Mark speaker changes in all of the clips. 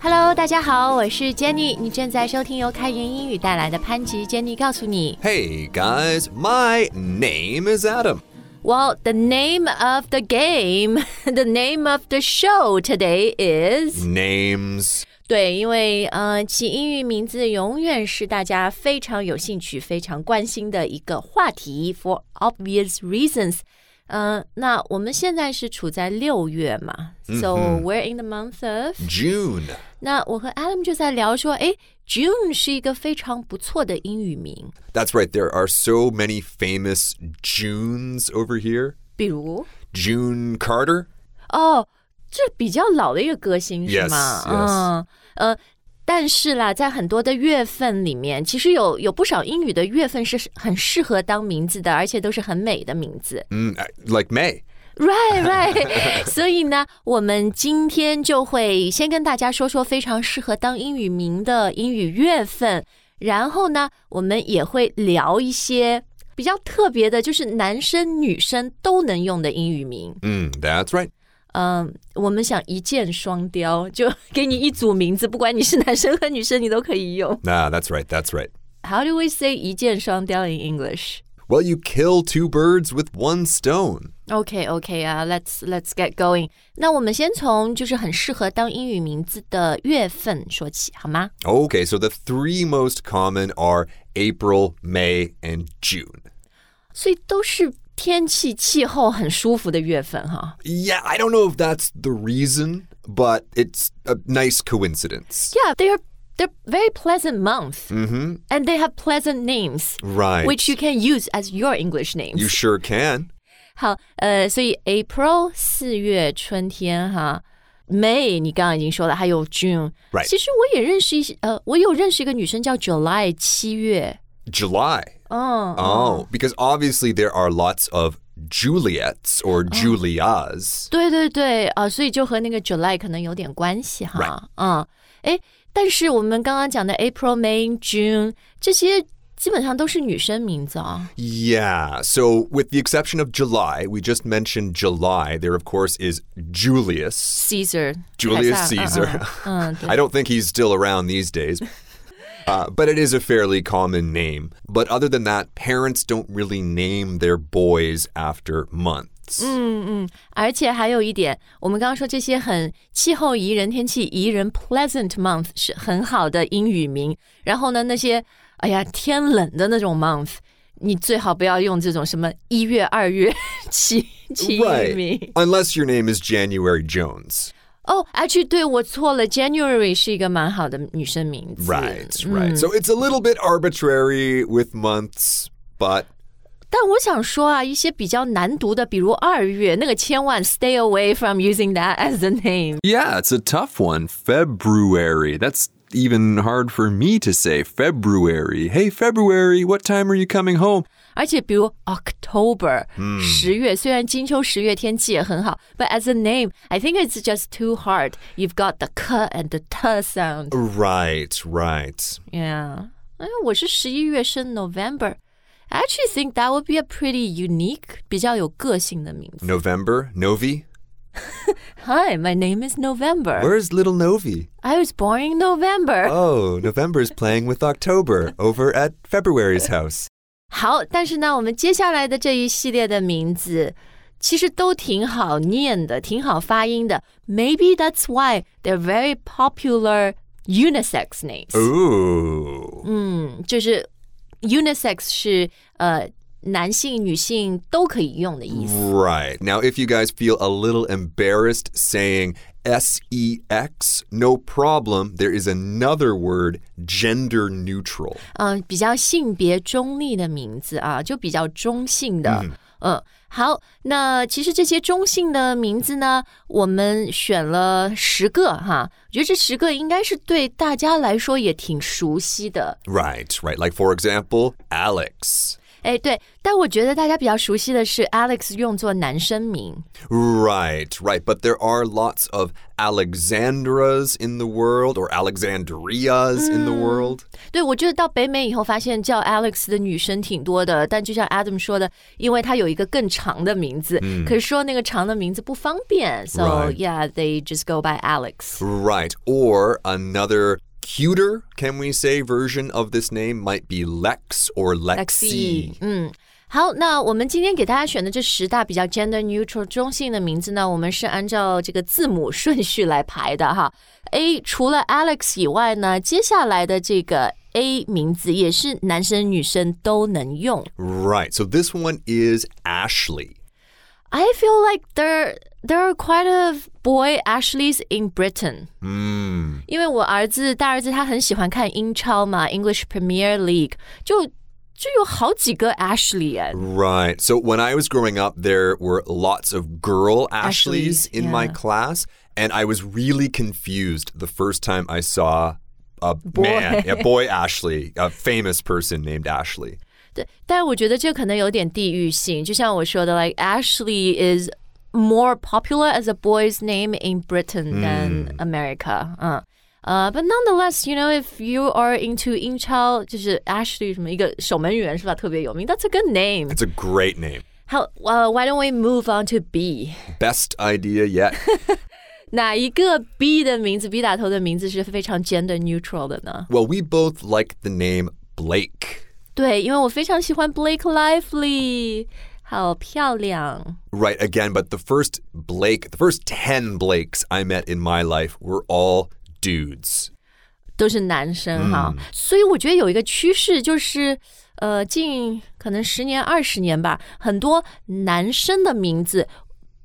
Speaker 1: Hello，大家好，我是 Jenny，你正在收听由开言英语带来的潘吉 Jenny 告诉你。
Speaker 2: Hey guys, my name is Adam.
Speaker 1: Well, the name of the game, the name of the show today is
Speaker 2: Names.
Speaker 1: 对，因为呃，起英语名字永远是大家非常有兴趣、非常关心的一个话题，for obvious reasons。嗯、那我们现在是处在六月嘛、s o we're in the month of。
Speaker 2: June.
Speaker 1: 那我和 Adam 就在聊说，诶 j u n e 是一个非常不错的英语名，
Speaker 2: That's right, there are so many famous Junes over here.
Speaker 1: 比如
Speaker 2: June Carter?
Speaker 1: 哦，这比较老的一个歌星是吗
Speaker 2: Yes, yes.
Speaker 1: 嗯呃，但是啦，在很多的月份里面，其实有有不少英语的月份是很适合当名字的，而且都是很美的名字。
Speaker 2: Mm, I- like May.
Speaker 1: Right, right 。 所以呢，我们今天就会先跟大家说说非常适合当英语名的英语月份，然后呢，我们也会聊一些。比较特别的，就是男生女生都能用的英语名。
Speaker 2: Mm, that's right.
Speaker 1: 嗯，我们想一箭双雕， 就给你一组名字，不管你是男生和女生，你都可以用。
Speaker 2: Nah, that's right, that's right.
Speaker 1: How do we say 一箭双雕 in English?
Speaker 2: Well, you kill two birds with one stone.
Speaker 1: OK OK 啊、l e t s Let's get going。那我们先从就是很适合当英语名字的月份说起，好吗？
Speaker 2: Okay, so the three most common are April, May, and June.
Speaker 1: 所以都是天气气候很舒服的月份哈。
Speaker 2: Yeah, I don't know if that's the reason, but it's a nice coincidence.
Speaker 1: Yeah, they're they're very pleasant month, and they have pleasant names,
Speaker 2: Right.
Speaker 1: which you can use as your English names.
Speaker 2: you sure can.
Speaker 1: 好，呃，所以 April 四月春天哈，May 你刚刚已经说了，还有 June。
Speaker 2: Right
Speaker 1: 其实我也认识一些，呃，我有认识一个女生叫 July 七月，
Speaker 2: July.
Speaker 1: 嗯，
Speaker 2: Oh, because obviously there are lots of Juliets or Julias.
Speaker 1: 对对对啊、所以就和那个 July 可能有点关系哈嗯，哎，但是我们刚刚讲的 April、May、June 这些基本上都是女生名字啊、
Speaker 2: Yeah. So, with the exception of July, we just mentioned July. There, of course, is Julius.
Speaker 1: c a e s a r
Speaker 2: Julius Caesar.
Speaker 1: 嗯，对
Speaker 2: I don't think he's still around these days. Uh, but it is a fairly common name. But other than that, parents don't really name their boys after months.
Speaker 1: 而且还有一点，我们刚刚说这些很气候宜人、天气宜人 （pleasant month） 是很好的英语名。然后呢，那些哎呀天冷的那种 month，你最好不要用这种什么一月、二月起起英语
Speaker 2: Right.
Speaker 1: 名。
Speaker 2: Unless your name is January Jones.
Speaker 1: 哦、h 对我错了，January 是一个蛮好的女生名字。
Speaker 2: Right, right. So it's a little bit arbitrary with months, but
Speaker 1: 但我想说啊，一些比较难读的，比如二月，那个千万 stay away from using that as the name。
Speaker 2: yeah, it's a tough one. February. That's even hard for me to say. February. Hey, February, what time are you coming home?
Speaker 1: 而且比如 October 十、月，虽然金秋十月天气也很好，but as a name, I think it's just too hard. You've got the k and the t sound.
Speaker 2: Right, right.
Speaker 1: Yeah，哎，我是十一月生，November. I actually think that would be a pretty unique, 比较有个性的名字。
Speaker 2: November, Novi.
Speaker 1: Hi, my name is November.
Speaker 2: Where's little Novi?
Speaker 1: I was born in November.
Speaker 2: Oh, November's playing with October over at February's house.
Speaker 1: 好，但是呢，我们接下来的这一系列的名字其实都挺好念的，挺好发音的。Maybe that's why they're very popular unisex
Speaker 2: 哦
Speaker 1: names。
Speaker 2: Ooh.
Speaker 1: 嗯，就是 unisex 是呃男性、女性都可以用的意思。
Speaker 2: Right. Now, if you guys feel a little embarrassed saying S E X, no problem. There is another word, gender neutral.
Speaker 1: 嗯、比较性别中立的名字啊，就比较中性的。嗯好，那其实这些中性的名字呢，我们选了十个哈，我觉得这十个应该是对大家来说也挺熟悉的。
Speaker 2: Right, right. Like, for example, Alex.
Speaker 1: 哎，对，但我觉得大家比较熟悉的是 Alex 用作男生名。
Speaker 2: Right, right. But there are lots of Alexandras in the world or Alexandrias in the world.
Speaker 1: 对，我觉得到北美以后，发现叫 Alex 的女生挺多的，但就像 Adam 说的，因为她有一个更长的名字，可是说那个长的名字不方便，so
Speaker 2: Right.
Speaker 1: yeah, they just go by Alex.
Speaker 2: Right. Or another cuter, can we say, version of this name might be Lex or Lexi.
Speaker 1: 嗯好，那我们今天给大家选的这十大比较 gender neutral 中性的名字呢，我们是按照这个字母顺序来排的哈。A 除了 Alex 以外呢，接下来的这个 A 名字也是男生女生都能用。
Speaker 2: Right. So this one is Ashley.
Speaker 1: I feel like there there are quite a boy Ashleys in Britain。
Speaker 2: Mm.
Speaker 1: 因为我儿子大儿子他很喜欢看英超嘛，English Premier League，就就有好几个 Ashley 哎。
Speaker 2: Right. So when I was growing up, there were lots of girl
Speaker 1: Ashleys,
Speaker 2: Ashleys in my
Speaker 1: yeah.
Speaker 2: class, and I was really confused the first time I saw a man, a boy Ashley, a famous person named Ashley.
Speaker 1: 对，但我觉得这可能有点地域性，就像我说的，like Ashley is more popular as a boy's name in Britain than America，嗯。呃、b u t nonetheless, you know, if you are into 英超，就是 Ashley 什么一个守门员是吧，特别有名。That's a good name.
Speaker 2: It's a great name.
Speaker 1: 好，呃、w h y uh, don't we move on to B？
Speaker 2: Best idea yet.
Speaker 1: 哪一个 B 的名字，B 打头的名字是非常 gender neutral 的呢？
Speaker 2: well, we both like the name Blake.
Speaker 1: 对，因为我非常喜欢 Blake Lively，好漂亮。
Speaker 2: Right, again, but the first Blake, the first 10 Blakes I met in my life were all dudes.
Speaker 1: 都是男生哈，所以我觉得有一个趋势就是，呃，近可能十年二十年吧，很多男生的名字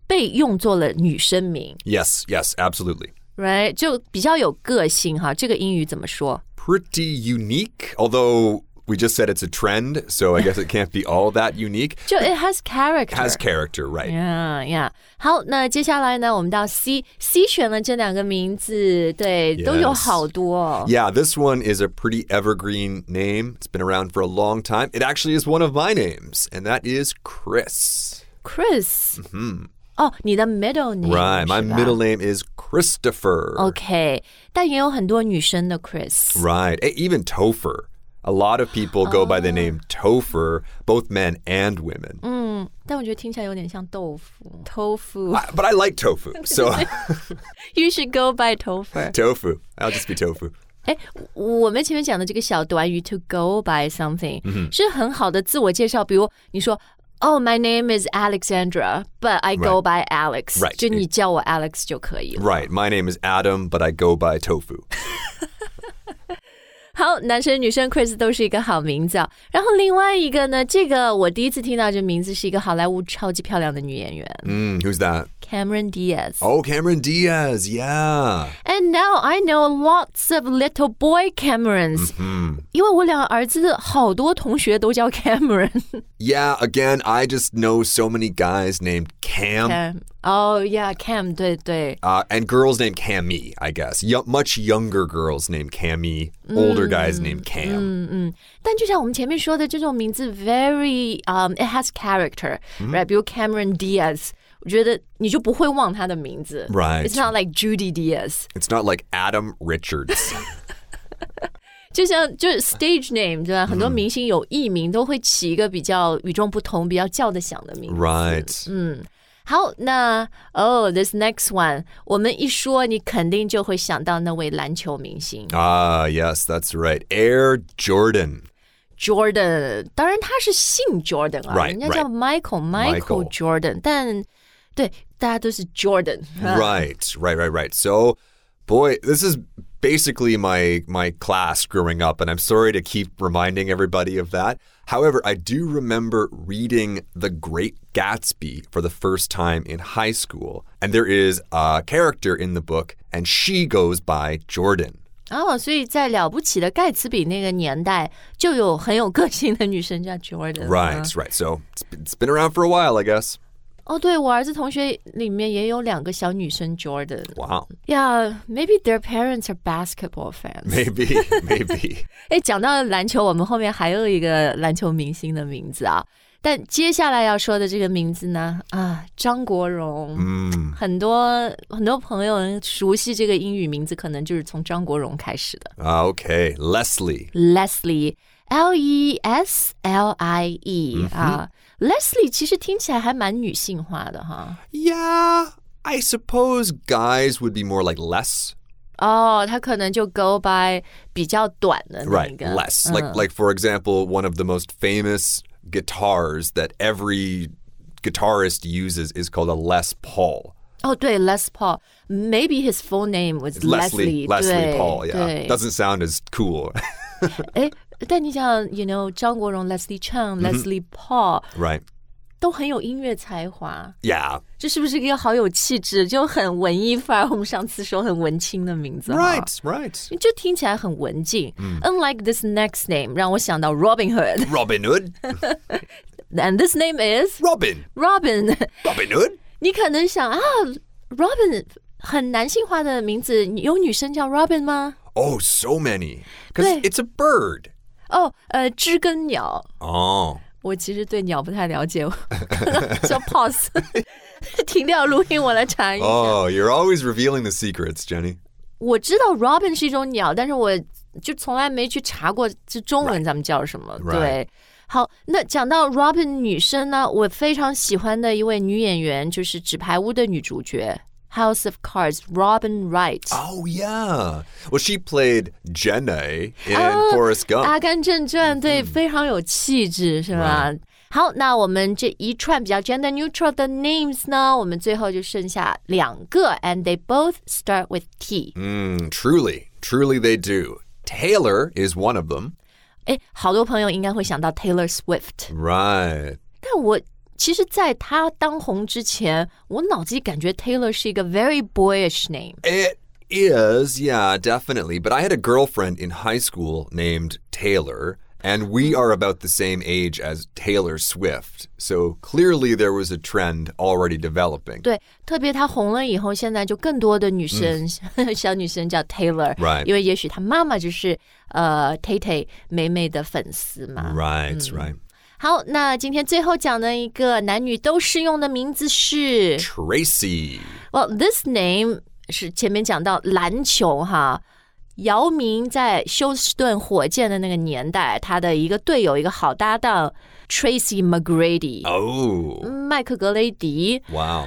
Speaker 1: 被用作了女生名
Speaker 2: Yes, yes, absolutely.
Speaker 1: ，right？就比较有个性哈。这个英语怎么说？
Speaker 2: Pretty unique, although we just said it's a trend, so I guess it can't be all that unique.
Speaker 1: 就 it has character。
Speaker 2: Has character, right?
Speaker 1: Yeah, yeah. 嗯好，那接下来呢，我们到 C，C 选了这两个名字，对
Speaker 2: Yes
Speaker 1: 都有好多哦。
Speaker 2: Yeah, this one is a pretty evergreen name. It's been around for a long time. It actually is one of my names, and that is Chris.
Speaker 1: Chris，嗯，哦，你的 middle name，Oh,
Speaker 2: Right. My
Speaker 1: 是吧
Speaker 2: middle name is Christopher.
Speaker 1: OK，但也有很多女生的 Chris。
Speaker 2: Right. Eh, Even Topher. A lot of people go by
Speaker 1: Oh.
Speaker 2: the name Topher, both men and women.
Speaker 1: Mm. 但我觉得听起来有点像豆腐，豆腐。
Speaker 2: I- but I like tofu, so
Speaker 1: You should go by 头粉儿。
Speaker 2: tofu. I'll just be tofu.
Speaker 1: 哎，我们前面讲的这个小短语 to go by something、是
Speaker 2: 嗯
Speaker 1: 很好的自我介绍，比如你说。Oh, my name is Alexandra, but I go by Alex.
Speaker 2: Right.
Speaker 1: 就你叫我 Alex 就可以了。
Speaker 2: Right. My name is Adam, but I go by tofu.
Speaker 1: 好，男生女生 Chris 都是一个好名字、啊。然后另外一个呢，这个我第一次听到这名字是一个好莱坞超级漂亮的女演员
Speaker 2: Mm, who's that?
Speaker 1: Cameron Diaz。
Speaker 2: Oh, Cameron Diaz. Yeah.
Speaker 1: And now I know lots of little boy Camerons，、因为我两个儿子的好多同学都叫 Cameron。
Speaker 2: Yeah. Again, I just know so many guys named Cam.
Speaker 1: Cam，哦、yeah，Cam，对对
Speaker 2: Uh, and girls named Cammy, I guess. Yo- much younger girls named Cammy, older guys named Cam.
Speaker 1: 但就像我们前面说的，这种名字 very，um,，it has character，right？、比如 Cameron Diaz，我觉得你就不会忘他的名字
Speaker 2: Right
Speaker 1: It's not like Judy Diaz，
Speaker 2: It's not like Adam Richards.
Speaker 1: 就像就是 stage name，对吧？很多
Speaker 2: 嗯
Speaker 1: 明星有艺名都会起一个比较与众不同、比较叫得响的名字。
Speaker 2: right.
Speaker 1: 好，那哦、t h i s next one，我们一说，你肯定就会想到那位篮球明星
Speaker 2: Ah, yes, that's right. Air Jordan.
Speaker 1: Jordan。当然，他是姓 Jordan 啊
Speaker 2: Right,
Speaker 1: 人家叫 Michael Michael
Speaker 2: Michael
Speaker 1: Jordan，但对，大家都是 Jordan。
Speaker 2: Right, right, right, right. So, boy, this is basically my my class growing up, and I'm sorry to keep reminding everybody of that. However, I do remember reading The Great Gatsby for the first time in high school, and there is a character in the book, and she goes by Jordan.
Speaker 1: 哦，所以在了不起的盖茨比那个年代，就有很有个性的女生叫 Jordan。Uh-huh.
Speaker 2: Right, right. So it's, it's been around for a while, I guess.
Speaker 1: 哦，对我儿子同学里面也有两个小女生 Jordan。
Speaker 2: Wow.
Speaker 1: Yeah, maybe their parents are basketball fans.
Speaker 2: Maybe, maybe.
Speaker 1: 哎，讲到篮球，我们后面还有一个篮球明星的名字啊。但接下来要说的这个名字呢，啊，张国荣。
Speaker 2: Mm.
Speaker 1: 很多很多朋友熟悉这个英语名字，可能就是从张国荣开始的
Speaker 2: Ah, Okay. Leslie.
Speaker 1: Leslie L E S L I E 啊、l e s l i e 其实听起来还蛮女性化的哈。
Speaker 2: Yeah, I suppose guys would be more like less.
Speaker 1: 哦，她可能就 go by 比较短的那
Speaker 2: Right,
Speaker 1: 个
Speaker 2: less. Like uh, like for example, one of the most famous guitars that every guitarist uses is called a Les Paul.
Speaker 1: 哦，Oh, 对，Les Paul，maybe his full name was
Speaker 2: Leslie Leslie
Speaker 1: 对
Speaker 2: Paul,
Speaker 1: 对
Speaker 2: yeah. Doesn't sound as cool.
Speaker 1: 哎，但你想，you know，张国荣、Leslie Chang、Leslie Paul
Speaker 2: right.
Speaker 1: 都很有音乐才华，
Speaker 2: Yeah.
Speaker 1: 这是不是一个好有气质、就很文艺范儿？我们上次说很文青的名字哈
Speaker 2: Right, right.
Speaker 1: 就听起来很文静。Unlike this next name，让我想到 Robin Hood，and
Speaker 2: Robin Hood.
Speaker 1: this name is
Speaker 2: Robin.
Speaker 1: Robin。
Speaker 2: Robin Hood.
Speaker 1: 你可能想啊，Robin 很男性化的名字，有女生叫 Robin 吗？
Speaker 2: Oh, so many. Because
Speaker 1: 对。
Speaker 2: it's a bird.
Speaker 1: 哦，呃，知更鸟。
Speaker 2: Oh.
Speaker 1: 我其实对鸟不太了解，我 叫 pause，停掉录音，我来查一下。
Speaker 2: Oh, you're always revealing the secrets, Jenny.
Speaker 1: 我知道 robin 是一种鸟，但是我就从来没去查过这中文咱们叫什么。
Speaker 2: Right.
Speaker 1: 对，好，那讲到 robin 女生呢，我非常喜欢的一位女演员就是《纸牌屋》的女主角《House of Cards》Robin Wright。
Speaker 2: Oh, yeah. Well, she played Jenna in
Speaker 1: Oh,
Speaker 2: Forrest Gump.
Speaker 1: 阿甘正传》对，非常有气质，是吧？好，那我们这一串比较 gender neutral 的 names 呢，我们最后就剩下两个，and they both start with T。
Speaker 2: Mm, truly, truly they do. Taylor is one of them.
Speaker 1: 哎，好多朋友应该会想到 Taylor Swift，
Speaker 2: Right.
Speaker 1: 但我其实在她当红之前，我脑子里感觉 Taylor 是一个 very boyish name。
Speaker 2: It is, yeah, definitely. But I had a girlfriend in high school named Taylor, and we are about the same age as Taylor Swift. So clearly there was a trend already developing.
Speaker 1: 对，特别她红了以后，现在就更多的女生、 小女生叫 Taylor，、
Speaker 2: Right
Speaker 1: 因为也许她妈妈就是呃 Tay Tay 妹妹的粉丝嘛。
Speaker 2: Right, right.
Speaker 1: 好，那今天最后讲的一个男女都适用的名字是
Speaker 2: Tracy.
Speaker 1: ，Well, this name 是前面讲到篮球哈。姚明在休斯顿火箭的那个年代，他的一个队友、一个好搭档 Tracy McGrady，、
Speaker 2: Oh,
Speaker 1: 麦克格雷迪，
Speaker 2: wow.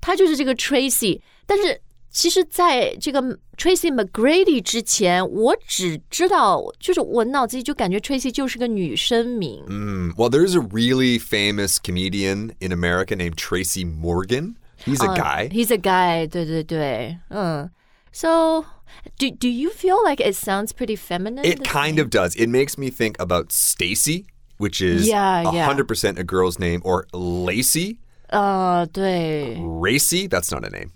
Speaker 1: 他就是这个 Tracy。但是其实，在这个 Tracy McGrady 之前，我只知道，就是我脑子里就感觉 Tracy 就是个女生名。
Speaker 2: Mm, well, there's a really famous comedian in America named Tracy Morgan. He's a guy.
Speaker 1: He's a guy. Uh. 对对对，嗯。So, do do you feel like it sounds pretty feminine?
Speaker 2: It kind of does. It makes me think about Stacy, which is
Speaker 1: Yeah, yeah. 100%
Speaker 2: 100% a girl's name, or Lacey.
Speaker 1: Uh,
Speaker 2: Racy? That's not a name.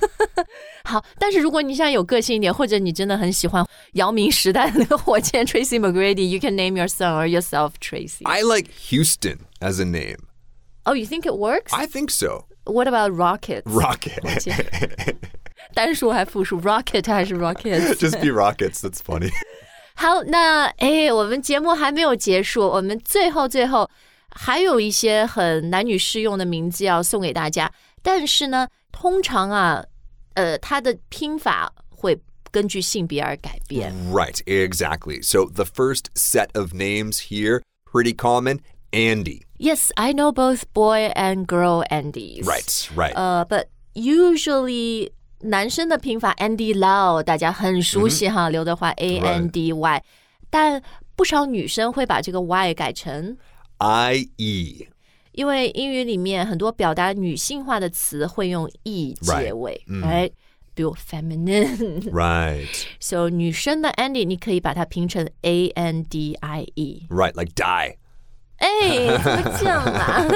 Speaker 1: 呃，对。好，但是如果你现在有个性一点，或者你真的很喜欢姚明时代的那个火箭 Tracy McGrady，you can name your son or yourself Tracy.
Speaker 2: I like Houston as a name.
Speaker 1: oh, you think it works?
Speaker 2: I think so.
Speaker 1: what about rockets?
Speaker 2: Rocket.
Speaker 1: 单数还复数 rocket 还是 rockets？
Speaker 2: Just be rockets. That's funny.
Speaker 1: 好，那哎，我们节目还没有结束，我们最后最后还有一些很男女适用的名字要送给大家，但是呢，通常啊，呃，它的拼法会根据性别而改变。
Speaker 2: right, exactly. So the first set of names here, pretty common Andy.
Speaker 1: Yes, I know both boy and girl Andys.
Speaker 2: Right, right.
Speaker 1: 呃、b u t usually 男生的拼法 Andy Lau 大家很熟悉哈，刘德华 A N D Y，、但不少女生会把这个 Y 改成。
Speaker 2: I.E.
Speaker 1: 因为英语里面很多表达女性化的词会用 e 结尾，哎、比如 feminine，
Speaker 2: Right,
Speaker 1: 所以、so, 女生的 Andy 你可以把它拼成 a n d i e，
Speaker 2: right. Like die.
Speaker 1: 哎，怎么这样啊？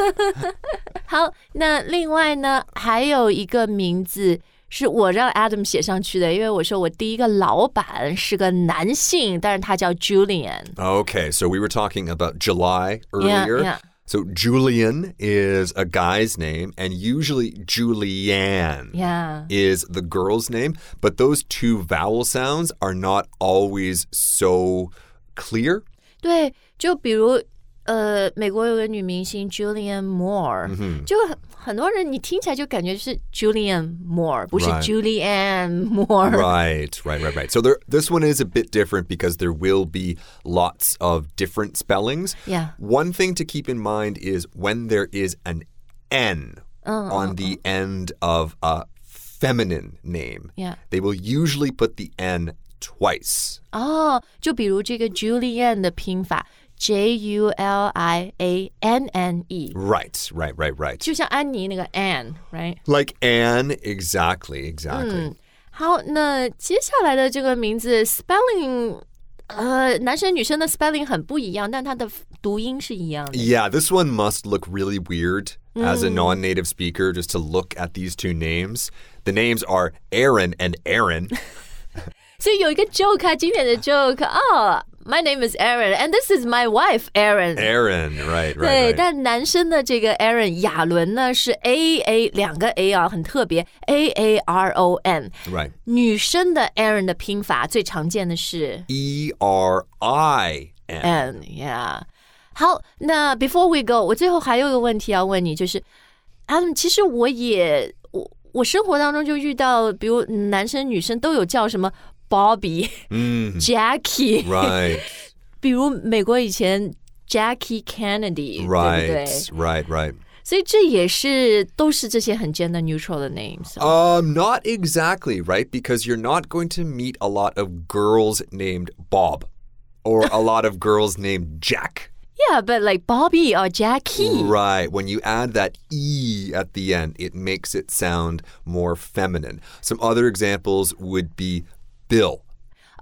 Speaker 1: 好，那另外呢，还有一个名字是我让 Adam 写上去的，因为我说我第一个老板是个男性，但是他叫 Julian，
Speaker 2: Okay, so we were talking about July earlier.
Speaker 1: yeah.
Speaker 2: So Julian is a guy's name, and usually Julianne
Speaker 1: Yeah.
Speaker 2: is the girl's name, but those two vowel sounds are not always so clear.
Speaker 1: 对，就比如呃，美国有个女明星 Julianne Moore，、就
Speaker 2: 嗯
Speaker 1: 很很多人你听起来就感觉是 Julianne Moore，不是
Speaker 2: Right.
Speaker 1: Julianne Moore。
Speaker 2: Right, right, right, right. So there, this one is a bit different because there will be lots of different spellings.
Speaker 1: Yeah.
Speaker 2: One thing to keep in mind is when there is an N
Speaker 1: Oh,
Speaker 2: on the end of a feminine name,
Speaker 1: Yeah.
Speaker 2: they will usually put the N twice.
Speaker 1: 哦，就比如这个 Julianne 的拼法 J U L I A N N E，
Speaker 2: Right, right, right, right.
Speaker 1: 就像安妮那个 Anne，right？
Speaker 2: Like Anne, exactly, exactly.
Speaker 1: 好，那接下来的这个名字 spelling，呃，男生女生的 spelling 很不一样，但它的读音是一样的。
Speaker 2: Yeah, this one must look really weird as a non native speaker just to look at these two names. The names are Aaron and Aaron.
Speaker 1: 所以有一个 joke 啊，经典的 joke 哦、m y name is Aaron and this is my wife Aaron。
Speaker 2: Aaron, right,
Speaker 1: 对，
Speaker 2: right. right.
Speaker 1: 但男生的这个 Aaron 亚伦呢是 A A 两个 A 啊，很特别 A A R O N。
Speaker 2: right.
Speaker 1: 女生的 Aaron 的拼法最常见的是
Speaker 2: E R I N.
Speaker 1: N yeah。好，那 before we go，我最后还有一个问题要问你，就是，嗯，其实我也我我生活当中就遇到，比如男生女生都有叫什么 Bobby、Jackie，
Speaker 2: Right,
Speaker 1: 比如美国以前 Jackie Kennedy，、对不
Speaker 2: right,
Speaker 1: 对？
Speaker 2: right, right.
Speaker 1: 所以这也是都是这些很 gender neutral 的 names。
Speaker 2: Um, not exactly, right? Because you're not going to meet a lot of girls named Bob or a lot of girls named Jack.
Speaker 1: Yeah, but like Bobby or Jackie.
Speaker 2: Right. When you add that E at the end, it makes it sound more feminine. Some other examples would be Bill,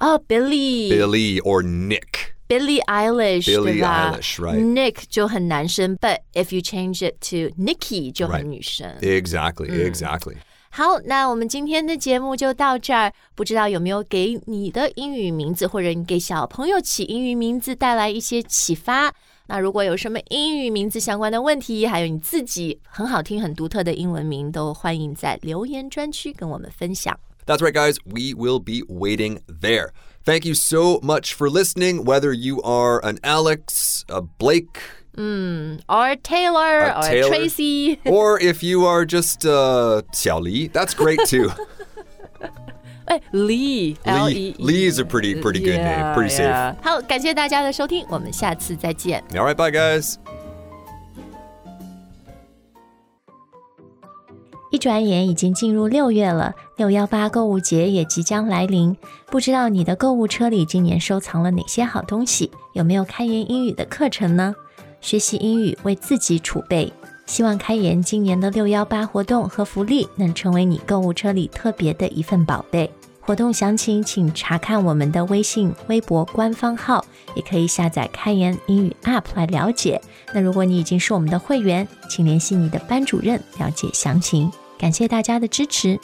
Speaker 1: 哦、b i l l y
Speaker 2: Billy, or Nick.
Speaker 1: Billie Eilish，
Speaker 2: Billie
Speaker 1: 对吧
Speaker 2: Eilish, right.
Speaker 1: Nick 就很男生，but if you change it to Nicki 就
Speaker 2: Right.
Speaker 1: 很女生。
Speaker 2: Exactly, exactly.
Speaker 1: 好，那我们今天的节目就到这儿。不知道有没有给你的英语名字，或者你给小朋友起英语名字带来一些启发？那如果有什么英语名字相关的问题，还有你自己很好听、很独特的英文名，都欢迎在留言专区跟我们分享。
Speaker 2: That's right, guys. We will be waiting there. Thank you so much for listening. Whether you are an Alex, a Blake,
Speaker 1: Or Taylor,
Speaker 2: Uh,
Speaker 1: or
Speaker 2: Taylor.
Speaker 1: Tracy,
Speaker 2: or if you are just uh, Xiao Li, that's great too.
Speaker 1: 哎，Lee, Eh, L E
Speaker 2: Lee, Lee is a pretty, pretty good name. Pretty
Speaker 1: yeah. 好，感谢大家的收听，我们下次再见。
Speaker 2: safe. All right, bye, guys.
Speaker 1: 一转眼已经进入六月了，六幺八购物节也即将来临。不知道你的购物车里今年收藏了哪些好东西？有没有开言英语的课程呢？学习英语为自己储备。希望开言今年的六幺八活动和福利能成为你购物车里特别的一份宝贝。活动详情请查看我们的微信、微博官方号，也可以下载开言英语 App 来了解。那如果你已经是我们的会员，请联系你的班主任了解详情。感谢大家的支持，